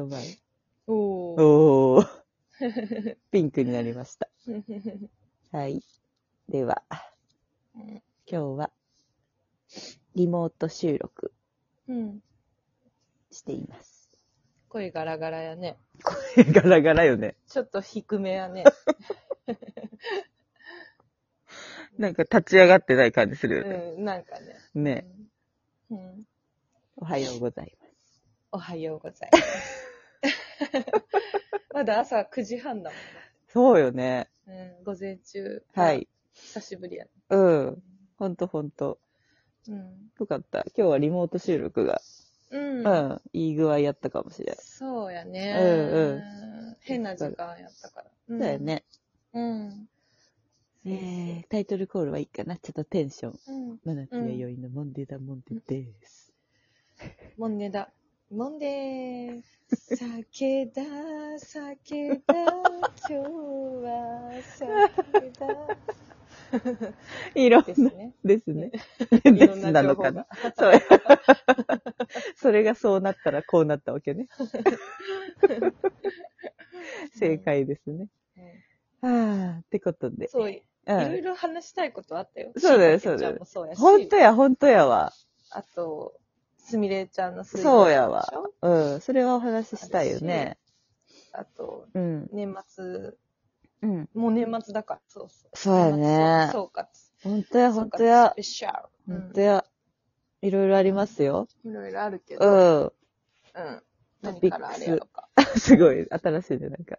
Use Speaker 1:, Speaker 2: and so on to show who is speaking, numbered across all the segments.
Speaker 1: の場合。
Speaker 2: おー。
Speaker 1: おー。ピンクになりました。はい。では、今日は、リモート収録
Speaker 2: うん。
Speaker 1: しています。
Speaker 2: 声ガラガラやね。
Speaker 1: 声ガラガラよね。
Speaker 2: ちょっと低め やね。
Speaker 1: なんか立ち上がってない感じするよね。
Speaker 2: うん、なんかね。
Speaker 1: ね。
Speaker 2: うん。うん
Speaker 1: おはようございます。
Speaker 2: おはようございます。 まだ朝9時半だ
Speaker 1: そうよね。
Speaker 2: もん。うん、午前中。
Speaker 1: はい。。
Speaker 2: 久しぶりやね。
Speaker 1: うん。ほんとほんと。
Speaker 2: うん。
Speaker 1: よかった。今日はリモート収録が、
Speaker 2: う。
Speaker 1: うんん、いい具合やったかもしれない。
Speaker 2: そうやね。。
Speaker 1: うんうん
Speaker 2: 変な時間やったから。そ
Speaker 1: そうだよ。ね。
Speaker 2: うん。
Speaker 1: えー、タイトルコールはいいかな。ちょっとテンション。
Speaker 2: うん。
Speaker 1: 真夏や余韻のモンデーだモンデーです。
Speaker 2: モンネだ。モンデ ー。酒だ、酒だ、今日は酒だ。
Speaker 1: いろん
Speaker 2: です
Speaker 1: な、
Speaker 2: ね。
Speaker 1: ですね。
Speaker 2: いろ
Speaker 1: で
Speaker 2: ん
Speaker 1: す
Speaker 2: な
Speaker 1: な
Speaker 2: 情
Speaker 1: の
Speaker 2: 報
Speaker 1: か
Speaker 2: が
Speaker 1: な。そうや。それがそうなったらこうなったわけ ね。正解ですね。
Speaker 2: うん
Speaker 1: ああ、ってことで。
Speaker 2: そう、いうろい
Speaker 1: ん。
Speaker 2: ろ話したいことあったよ。
Speaker 1: そうだよ
Speaker 2: 椎茸ちゃんもそうやし。
Speaker 1: ほんとや、ほんとやわ。
Speaker 2: あと、すみれちゃんの水曜
Speaker 1: そうやわ
Speaker 2: でしょ。
Speaker 1: うん。それはお話ししたいよね。
Speaker 2: あと、
Speaker 1: うん。
Speaker 2: 年末、
Speaker 1: うん。
Speaker 2: もう年末だから、そうそう。
Speaker 1: そうやね。
Speaker 2: そうか。
Speaker 1: ほんとや、ほんと
Speaker 2: 総括
Speaker 1: や
Speaker 2: ス。ペシャ
Speaker 1: ほ
Speaker 2: ル。
Speaker 1: んとや。いろいろありますよ。
Speaker 2: うんいろいろあるけ
Speaker 1: う
Speaker 2: ど、
Speaker 1: ん。
Speaker 2: うん。
Speaker 1: ト
Speaker 2: 何
Speaker 1: ピックス
Speaker 2: からあれやろうか。
Speaker 1: すごい、新しいね、なんか。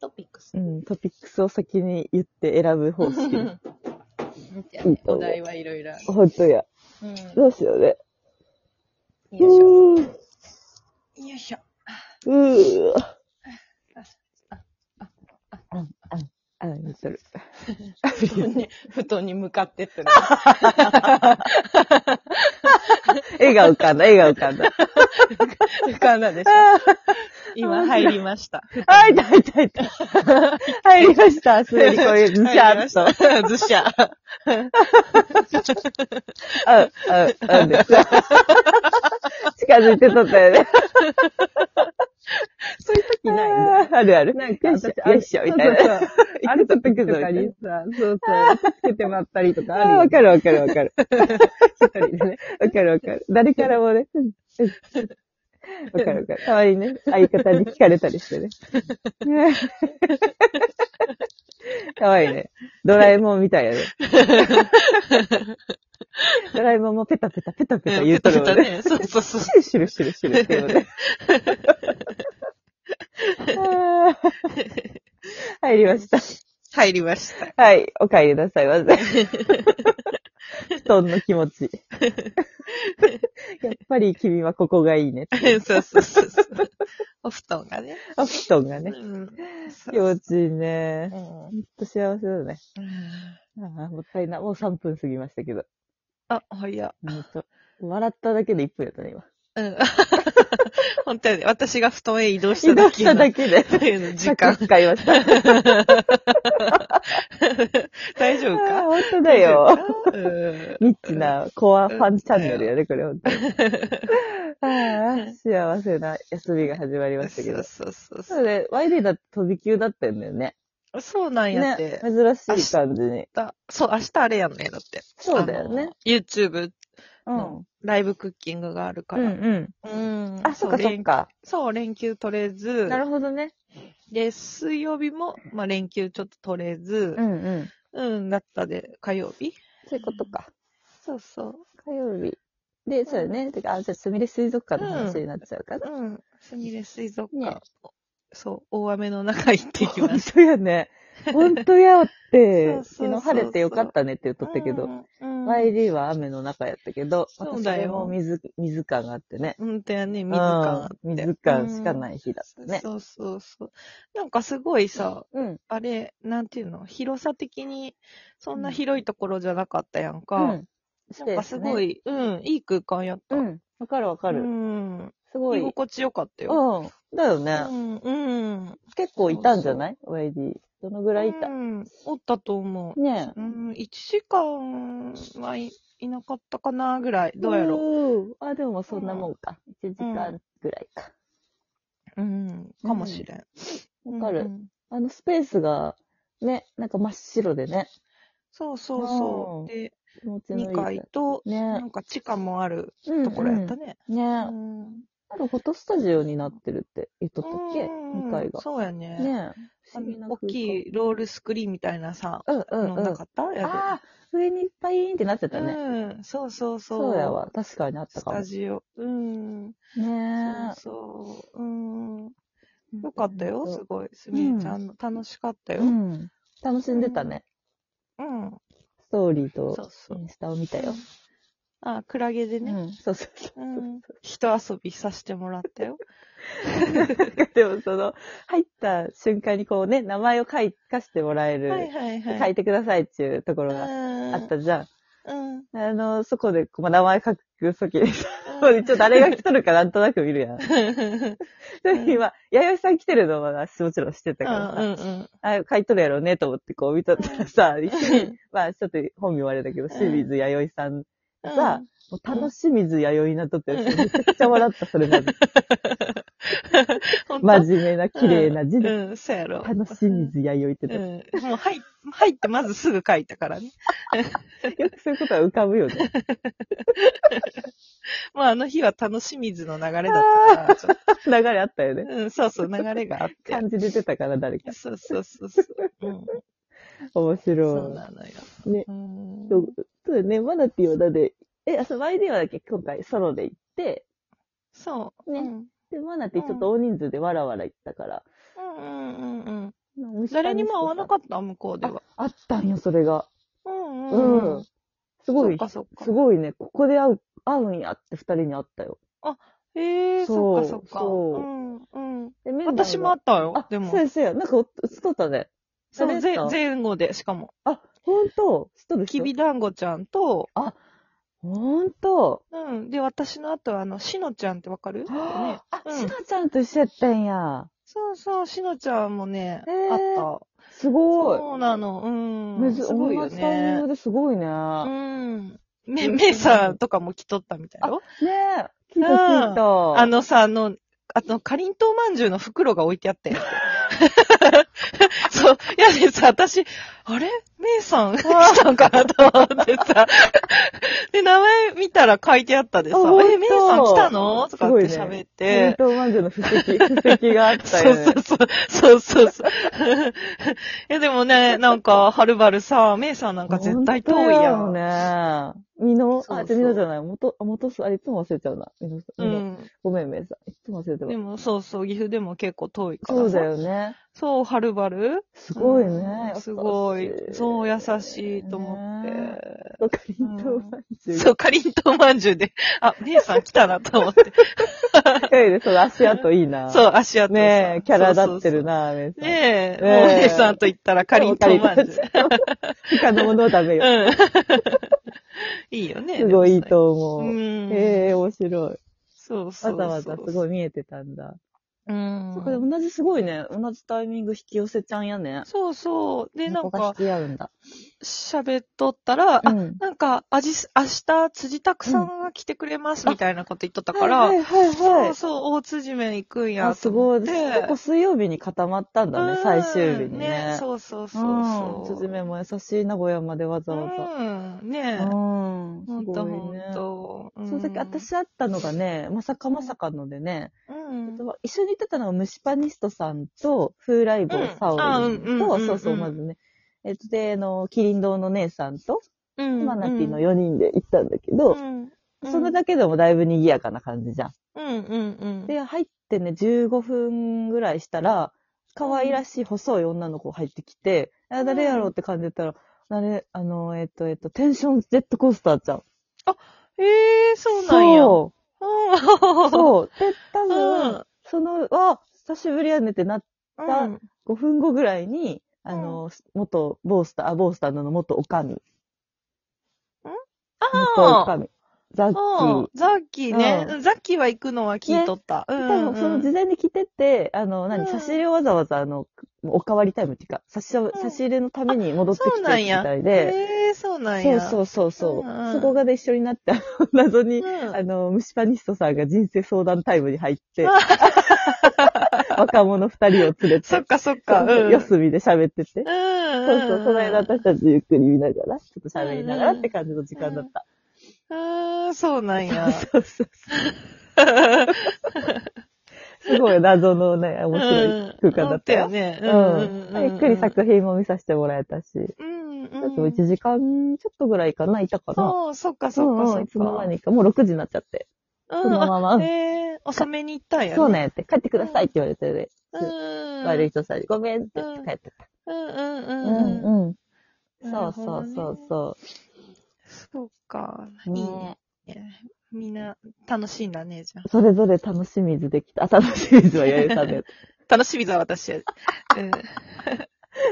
Speaker 2: トピックス
Speaker 1: う。ん、トピックスを先に言って選ぶ方式。
Speaker 2: 見てやねお題はいろいろある。
Speaker 1: ほんとや。
Speaker 2: うん。
Speaker 1: どうしようね。
Speaker 2: よいしょ。
Speaker 1: うー
Speaker 2: よいしょ。
Speaker 1: うーあん、あん、あん、言っとる。
Speaker 2: 布団に、布団に向かってってね。
Speaker 1: 絵が浮かんだ、絵が浮かんだ。
Speaker 2: 浮かんだでしょ。今入りま した。
Speaker 1: あ、いた、いた、いた。入りました、すでにこういう、ずしゃっと。うん、
Speaker 2: と。 ずしゃ。
Speaker 1: うん、うんです。近づいて撮ったよね。
Speaker 2: そういう時ないんだよ。
Speaker 1: あるある。
Speaker 3: な
Speaker 1: なんん
Speaker 3: か
Speaker 1: か、よいしょ、よいしょ、みたい
Speaker 3: そうそ
Speaker 1: な。
Speaker 3: うそうある時とかにさ、そうそう、つけてまったりとか
Speaker 1: あ
Speaker 3: ある
Speaker 1: ー
Speaker 3: よ
Speaker 1: わ
Speaker 3: ね。
Speaker 1: かるわかるわ かる。
Speaker 3: 一人でね。
Speaker 1: わかるわかる。誰からもね。うんうんわかるわかる。たまにね、相方に聞かれたりして ね。かわいいね。ドラえもんみたいやね。ドラえもんもペタペタペタペタ言うとるもんね。
Speaker 2: ね。 そうそうそう。
Speaker 1: シュルシュルシュルシュルって言う のね。 あー入りました。
Speaker 2: 入りました。
Speaker 1: はい、お帰りなさいませ。布団の気持ち。やっぱり君はここがいいね。
Speaker 2: そうそうそうそう。お布団がね。
Speaker 1: あ布団が
Speaker 2: う
Speaker 1: ね。
Speaker 2: ん。
Speaker 1: 気持ちいいね。
Speaker 2: うん
Speaker 1: ほんと幸せだね。ああ、もったいな。もう3分過ぎましたけど。
Speaker 2: あ、ほいや。
Speaker 1: ほんと笑っただけで1分やったね、今。
Speaker 2: うん。本当やね。私が布団へ移動し
Speaker 1: 移
Speaker 2: た
Speaker 1: 動
Speaker 2: だけ
Speaker 1: し
Speaker 2: の。
Speaker 1: ただけで。
Speaker 2: 時間。
Speaker 1: 使いました。あ
Speaker 2: 大丈夫
Speaker 1: あ、
Speaker 2: か
Speaker 1: ほんとだよ。。
Speaker 2: うん
Speaker 1: ニッチなコアファンチャンネルやね、これほんとに。ああ、幸せな休みが始まりましたけど。
Speaker 2: そうそうそ
Speaker 1: そうね、YD だって飛び級だったんだよね。
Speaker 2: う。そうなんやっ
Speaker 1: ね、
Speaker 2: て。
Speaker 1: 珍しい感じに。
Speaker 2: だそう、明日あれやんね、だって。
Speaker 1: そうだよね
Speaker 2: あの。YouTube、
Speaker 1: う
Speaker 2: のライブクッキングがあるか
Speaker 1: うん
Speaker 2: ら。
Speaker 1: うん。
Speaker 2: うん。
Speaker 1: あ、そっかそっ
Speaker 2: 連
Speaker 1: か。
Speaker 2: そう、連休取れず。
Speaker 1: なるほどね。
Speaker 2: で、水曜日も、まあ、連休ちょっと取れず
Speaker 1: う、んうん。
Speaker 2: うん、だったで、火曜日
Speaker 1: そういうことか。
Speaker 2: そうそう。
Speaker 1: 火曜日。で、そうよね。てか、あ、じゃあ、すみれ水族館の話になっちゃうかな。
Speaker 2: うん。すみれ水族館。
Speaker 1: ね
Speaker 2: そう、大雨の中行ってき
Speaker 1: 本
Speaker 2: まし
Speaker 1: 当やね。本当やって、
Speaker 2: そうそうそうそう
Speaker 1: 昨日晴れてよかったねって言っと
Speaker 2: た。
Speaker 1: ったけど、
Speaker 2: うん。うん。
Speaker 1: YD は雨の中やったけど、
Speaker 2: そうだよ
Speaker 1: 私も水、水感があってね。
Speaker 2: うんだよね、水感あって。
Speaker 1: うん水感しかない日だったね。
Speaker 2: そうそうそう。なんかすごいさ、
Speaker 1: うん。
Speaker 2: あれ、なんていうの、広さ的に、そんな広いところじゃなかったやんか。
Speaker 1: うん。
Speaker 2: なんかすご
Speaker 1: い。
Speaker 2: い、うん、いい空間やった。
Speaker 1: う
Speaker 2: うん、
Speaker 1: ん。わかるわかる。すご
Speaker 2: 居
Speaker 1: い。
Speaker 2: 心地よかったよ。
Speaker 1: うん。だよね。
Speaker 2: うん、うん。
Speaker 1: 結構いたんじゃない ?YD。どのぐらいいた、
Speaker 2: うん、おったと思う。
Speaker 1: ねえ。
Speaker 2: うん、1時間はい、いなかったかなぐらい。どうやろ
Speaker 1: ろうあ、でもそんなもんか。1時間ぐらいか。
Speaker 2: かもしれん。
Speaker 1: わかる
Speaker 2: うんうん
Speaker 1: あのスペースが、ね、なんか真っ白でね、
Speaker 2: そうそう
Speaker 1: うん
Speaker 2: そう。で、
Speaker 1: 気持ちのいい
Speaker 2: 2階と、
Speaker 1: ね
Speaker 2: なんか地下もあると
Speaker 1: と
Speaker 2: ころやったね。
Speaker 1: ね。
Speaker 2: う
Speaker 1: あ
Speaker 2: んうん
Speaker 1: るフォトスタジオになってるって言っとったっけ ?2 階が。
Speaker 2: そうやね。
Speaker 1: ね不
Speaker 2: あ
Speaker 1: 思議な
Speaker 2: の
Speaker 1: 空
Speaker 2: 大
Speaker 1: 間
Speaker 2: きいロールスクリーンみたいなさ、
Speaker 1: うんうん
Speaker 2: の
Speaker 1: うん。
Speaker 2: な
Speaker 1: あ
Speaker 2: かったやで
Speaker 1: あー、上にパイーンってなってたね。
Speaker 2: うん、そうそうそう。
Speaker 1: そうやわ。確かにあった
Speaker 2: ス
Speaker 1: かも。
Speaker 2: タ
Speaker 1: ね
Speaker 2: ジオ。うん。そう
Speaker 1: え。
Speaker 2: そう。うん。よかったよ、すごい。すみ
Speaker 1: う
Speaker 2: え
Speaker 1: ん
Speaker 2: ちゃんの、楽しかったよ。
Speaker 1: う
Speaker 2: うん。
Speaker 1: ん。楽しんでたね。
Speaker 2: そ
Speaker 1: ストーリーと
Speaker 2: うそう
Speaker 1: イ。ンスタを見たよ。
Speaker 2: あ、クラゲで
Speaker 1: う
Speaker 2: ね。
Speaker 1: ん。そうそうそう。
Speaker 2: うん。一遊びさせてもらったよ。
Speaker 1: でもその、入った瞬間にこうね、名前を書い書かしてもらえる、
Speaker 2: はいはいはい。
Speaker 1: 書いてくださいっていうところがあ
Speaker 2: あ
Speaker 1: ったじゃん。
Speaker 2: うん。うん。
Speaker 1: あの、そこでこう名前書くときに、一応誰が来とるかなんとなく見る やん。で
Speaker 2: うん
Speaker 1: 今、弥生さん来てるのは私もちろん知ってたからさ、
Speaker 2: うんうん
Speaker 1: あ、書いとるやろうねと思ってこう見とったらさ、一緒に、まあちょっと本名はあれだけど、
Speaker 2: ん
Speaker 1: 清水弥生さん、も
Speaker 2: うん。
Speaker 1: さ
Speaker 2: うん、
Speaker 1: う楽しみず弥生になっとって、めちゃくちゃ笑った、それまで。
Speaker 2: 本当
Speaker 1: 真面目な、綺麗な字で、
Speaker 2: うん、そうやろ。
Speaker 1: 楽しみず弥生って
Speaker 2: う
Speaker 1: 言っ
Speaker 2: ん。もう入入ってまずすぐ書いたからね。
Speaker 1: てた、よくそういうことは浮かぶよ ね。
Speaker 2: まああの日は楽しみずの流れだったからちょっ
Speaker 1: 流れあったよね。
Speaker 2: と、うん、そうそう、流れがあっ て。
Speaker 1: 感じ出てたから、誰か。
Speaker 2: そうそうそうそう。うん、
Speaker 1: 面
Speaker 2: そう
Speaker 1: 白
Speaker 2: なのよ。
Speaker 1: い。ね。
Speaker 2: うん
Speaker 1: そうそうだね、マナティはだで、え、あ、そう、YD はだっけ今回ソロで行って、
Speaker 2: そう。
Speaker 1: ね
Speaker 2: うん
Speaker 1: で、マナティちょっと大人数でわらわら行ったから、
Speaker 2: うんうんうんうん。
Speaker 1: うん
Speaker 2: 誰にも会わなか
Speaker 1: っ
Speaker 2: った、向こうでは。
Speaker 1: あったんよ、それが。
Speaker 2: うん
Speaker 1: うん。
Speaker 2: うん。
Speaker 1: すごい、
Speaker 2: そっかそっか
Speaker 1: すごいね、ここで会う、会うんやって二人に会ったよ。
Speaker 2: ええ、
Speaker 1: そ
Speaker 2: そうっかそっか。
Speaker 1: そう
Speaker 2: うんうん。
Speaker 1: でメンバーが
Speaker 2: 私もあったよ
Speaker 1: あ、、
Speaker 2: でも
Speaker 1: そう。やそうや、なんかお映っとったね。
Speaker 2: そ
Speaker 1: 誰や
Speaker 2: う、
Speaker 1: った
Speaker 2: ぜ前後で、しかも。
Speaker 1: あ、ほんと知っとる人
Speaker 2: きびだんごちゃんと、
Speaker 1: ほんと
Speaker 2: うん。で、私の後は、あの、しのちゃんってわかるね
Speaker 1: あ、
Speaker 2: うん
Speaker 1: しなちゃんと一緒やったんや。
Speaker 2: そうそう、しのちゃんもね、
Speaker 1: へー
Speaker 2: あった。
Speaker 1: すごい。
Speaker 2: そうなの、うん。
Speaker 1: むず
Speaker 2: すごいよ
Speaker 1: 同じタイミン
Speaker 2: ね
Speaker 1: グ。ですごいね。
Speaker 2: うん。め、めさとかも来とったみたいよ。
Speaker 1: ねえ、聞いた聞いた。
Speaker 2: あ、のさ、あの、あの、かりんとうまんじゅうの袋が置いてあって。 そう。いやでさ、私、あれめいさん来たんかなと思ってさ。 で、名前見たら書いてあったでさ、
Speaker 1: あほんと
Speaker 2: え、めいさん来たのとかって喋って。
Speaker 1: 弁当まんじゅうの布石、布石があった
Speaker 2: そう
Speaker 1: よね。
Speaker 2: そうそう。そうそうそう。 いや、でもね、なんか、はるばるさ、めいさんなんか絶対遠いや
Speaker 1: ほ
Speaker 2: ん。
Speaker 1: んとやろね。美濃、
Speaker 2: そうそ
Speaker 1: あ、
Speaker 2: う
Speaker 1: じゃあ美濃じゃない。元、あ元す、あれいつも忘れちゃうな。美濃さ。
Speaker 2: うん
Speaker 1: 美濃
Speaker 2: ん。
Speaker 1: ごめん、めいさん。いつも忘れて
Speaker 2: で
Speaker 1: る。
Speaker 2: も、そうそう、岐阜でも結構遠いからさ。
Speaker 1: そうだよね。
Speaker 2: そう、はるばる
Speaker 1: すごい
Speaker 2: うん
Speaker 1: ね。
Speaker 2: すごい。そう、優しいと思
Speaker 1: ね
Speaker 2: っ
Speaker 1: わかりんとうまんじ
Speaker 2: て。
Speaker 1: ゅう
Speaker 2: そう、かりんとうまんじゅうで、あ、姉さん来たなと 思って。
Speaker 1: が。一人で、その足跡いいな。。
Speaker 2: そうう、足跡さ
Speaker 1: ねえ、キャラ立ってる。な、めい
Speaker 2: そうそ
Speaker 1: さ。
Speaker 2: うそうんね
Speaker 1: ね
Speaker 2: え、
Speaker 1: え
Speaker 2: もう姉さんと言ったらかりんとうまんじゅう。
Speaker 1: 他のものを食べよ
Speaker 2: うん。 いいよね。
Speaker 1: う。すごいいい
Speaker 2: 思
Speaker 1: と思
Speaker 2: う
Speaker 1: う。
Speaker 2: ん。
Speaker 1: ええ、面白い。
Speaker 2: そうそ
Speaker 1: わ
Speaker 2: う。
Speaker 1: ざわざすご
Speaker 2: い。
Speaker 1: い見えてたんだ。
Speaker 2: うん
Speaker 1: そ。こで同じすごいね。同じタイミング引き寄せちゃんやね。
Speaker 2: そうそう。で、なん
Speaker 1: ここが
Speaker 2: か、
Speaker 1: 引き合うんだ。
Speaker 2: 喋っとったら、
Speaker 1: う
Speaker 2: あ、
Speaker 1: ん
Speaker 2: なんか、あじ、明日、辻拓さんが来てくれます、みたいなこと言っとったから、
Speaker 1: はいはいはい、
Speaker 2: そう
Speaker 1: は
Speaker 2: そう、大辻面行くん
Speaker 1: い。
Speaker 2: や
Speaker 1: あ、
Speaker 2: と
Speaker 1: す
Speaker 2: 思
Speaker 1: ご
Speaker 2: っ
Speaker 1: い。
Speaker 2: て。
Speaker 1: 結構水曜日に固まったんだ
Speaker 2: う
Speaker 1: ね、
Speaker 2: ん
Speaker 1: 最終日にね。
Speaker 2: そうそうそう
Speaker 1: うん。
Speaker 2: そう。
Speaker 1: 辻めも優しい名古屋までわざわざ。
Speaker 2: うん、ね
Speaker 1: う
Speaker 2: え。
Speaker 1: ん。
Speaker 2: ほ
Speaker 1: す
Speaker 2: んと
Speaker 1: ごい
Speaker 2: ほん
Speaker 1: ね。
Speaker 2: と。うん
Speaker 1: その時、私会ったのがね、まさかまさかのでね、
Speaker 2: うん。
Speaker 1: 一緒に行ってたのが虫パニストさんと、風来坊サオリン
Speaker 2: うんあうんうんうんう
Speaker 1: と、
Speaker 2: ん
Speaker 1: そうそう、まずね。えっと、で、あの、キリン堂の姉さんと、
Speaker 2: うん
Speaker 1: マナティの4人で行ったんだけど、
Speaker 2: うん。
Speaker 1: それだけでもだいぶ賑やかな感じじゃん。
Speaker 2: うんうんうん。
Speaker 1: で、入ってね、15分ぐらいしたら、可愛らしい細い女の子入ってきて、あ誰やろうって感じだったら、あれ、あの、えっと、えっと、テンションジェットコースターちゃん。
Speaker 2: ええそうなんや。
Speaker 1: そうう。そう。で、多分、
Speaker 2: うん
Speaker 1: その、わ、久しぶりやねってなっ
Speaker 2: ん。
Speaker 1: だ
Speaker 2: うん。
Speaker 1: 5分後ぐらいに、あの、元、ボースター、あ、ボースターの元おかみ。ん元おかみ。ザッキ
Speaker 2: う
Speaker 1: ー
Speaker 2: ん。ザッキーね。
Speaker 1: うん
Speaker 2: うんザッキーは行くのは聞いとった。う
Speaker 1: 多
Speaker 2: ん
Speaker 1: 分
Speaker 2: うん。
Speaker 1: その事前に来てて、あの、
Speaker 2: うん
Speaker 1: 何、差し入れをわざわざ、あの、おかわりタイムっていうか、差し,、差し入れのために戻ってきて
Speaker 2: そう
Speaker 1: み
Speaker 2: なんや。
Speaker 1: たいで、
Speaker 2: ええそうなん
Speaker 1: そう
Speaker 2: や。
Speaker 1: そううそうそう、
Speaker 2: うんうん
Speaker 1: そこがで一緒になって、あの謎に、
Speaker 2: ん
Speaker 1: あの、虫パニストさんが人生相談タイムに入って、 若者二人を連れて。
Speaker 2: そっかそっか。うん。
Speaker 1: 四隅で喋ってて。
Speaker 2: うん
Speaker 1: そうそう、その間私たちゆっくり見ながら、ちょっと喋りながら
Speaker 2: うん
Speaker 1: って感じの時間だった。
Speaker 2: ああ、そうなんや。
Speaker 1: そうそうそう。すごい謎のね、面白い空間だった
Speaker 2: う
Speaker 1: よ。
Speaker 2: ん本
Speaker 1: う
Speaker 2: 当やね。
Speaker 1: ん。ゆっくり作品も見させてもらえたし。
Speaker 2: うんうん。
Speaker 1: あと1時間ちょっとぐらいかな、いたかな。
Speaker 2: そう、そっかそっか
Speaker 1: ん
Speaker 2: そっか。
Speaker 1: んいつの間にか、もう6時になっちゃって。
Speaker 2: うん、
Speaker 1: そのままうん
Speaker 2: えー、遅めに行ったんや、ね。
Speaker 1: そう。ねって、帰ってくださいって言われて、ね
Speaker 2: うん。
Speaker 1: 悪い人さんに、ごめんって
Speaker 2: うん
Speaker 1: 帰ってた。
Speaker 2: うんうん
Speaker 1: うん
Speaker 2: う。うん、
Speaker 1: んうん。
Speaker 2: な
Speaker 1: そ
Speaker 2: る
Speaker 1: うそ
Speaker 2: ほど
Speaker 1: う
Speaker 2: ね
Speaker 1: そうそ
Speaker 2: そうか。
Speaker 1: う。
Speaker 2: いいね。みんな楽しいんだね、じゃあ。
Speaker 1: それぞれ楽しみずできた。あ、楽しみずはやゆさんの やつ。
Speaker 2: 楽しみだ、私。 うん、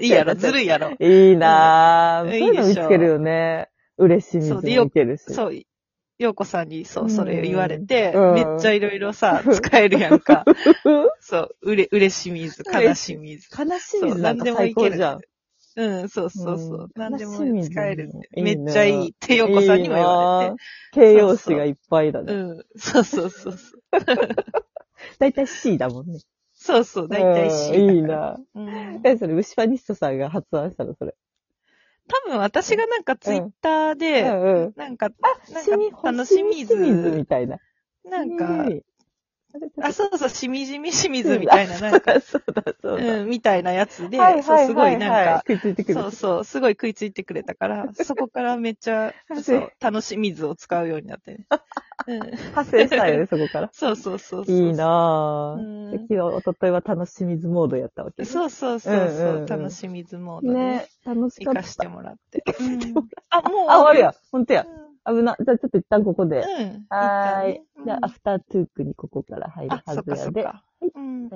Speaker 2: いいやろ、ずるいやろ。
Speaker 1: いいなぁ。
Speaker 2: うん
Speaker 1: そういうの見つけるよね。嬉しみずもいけるし。
Speaker 2: そう、ようこさんに、そうう、
Speaker 1: ん
Speaker 2: それ言われて、
Speaker 1: うん
Speaker 2: めっちゃいろいろさ、使えるやんか。
Speaker 1: うん
Speaker 2: そう、うれ、嬉しみず、悲しみず。
Speaker 1: 悲しみずなんか最高じゃん。
Speaker 2: うん、そうそうそう。
Speaker 1: うん
Speaker 2: 何でも
Speaker 1: 悲しみず
Speaker 2: 使えるって。
Speaker 1: いい
Speaker 2: め
Speaker 1: ね
Speaker 2: っちゃいいって、ようこさんにも言われて。
Speaker 1: て。形容詞がいっぱいだ
Speaker 2: う
Speaker 1: ね。
Speaker 2: ん、そうそうそうそう。
Speaker 1: だいたい C だもんね。
Speaker 2: そうそう、だいたい C だから
Speaker 1: うんいいなぁ。
Speaker 2: うん
Speaker 1: え、それ、ウシパニストさんが発案したの、それ。
Speaker 2: 多分私がなんかツイッターで、
Speaker 1: うんうん
Speaker 2: なんか、なん
Speaker 1: しみ
Speaker 2: か楽しみず、
Speaker 1: しみずみたいな。
Speaker 2: なんか、
Speaker 1: ねえ
Speaker 2: あ、そうそう、しみじみしみずみたいな、なんか、
Speaker 1: そうだ、そうだ。
Speaker 2: うん、みたいなやつで、
Speaker 1: はい
Speaker 2: そ
Speaker 1: は
Speaker 2: うすごいなんか、
Speaker 1: くっついてくる。
Speaker 2: そうそう、すごい食いついてくれたから、そこからめっちゃ、そう、楽しみずを使うようになってね。うん、。
Speaker 1: 派生したよね、そこから
Speaker 2: そうそうそうそう。
Speaker 1: いいな
Speaker 2: う
Speaker 1: ぁ。
Speaker 2: ん
Speaker 1: 昨日、一昨日は楽しみずモードやったわけ。
Speaker 2: そうそうそ
Speaker 1: うん
Speaker 2: うそう、
Speaker 1: うんうん
Speaker 2: 楽しみずモードで
Speaker 1: ね。楽し
Speaker 2: 生
Speaker 1: かっ
Speaker 2: か
Speaker 1: た。
Speaker 2: してもらって。うんあ、もう
Speaker 1: あ、終わるや。。ほんとや
Speaker 2: う。ん
Speaker 1: 危な。じゃあちょっと一旦ここで。
Speaker 2: うん。
Speaker 1: はーい
Speaker 2: 一旦ね。
Speaker 1: じゃあ、アフタートゥークにここから入る
Speaker 2: あ、
Speaker 1: は
Speaker 2: そっ
Speaker 1: ず
Speaker 2: か
Speaker 1: や
Speaker 2: そっ
Speaker 1: で。
Speaker 2: か。うん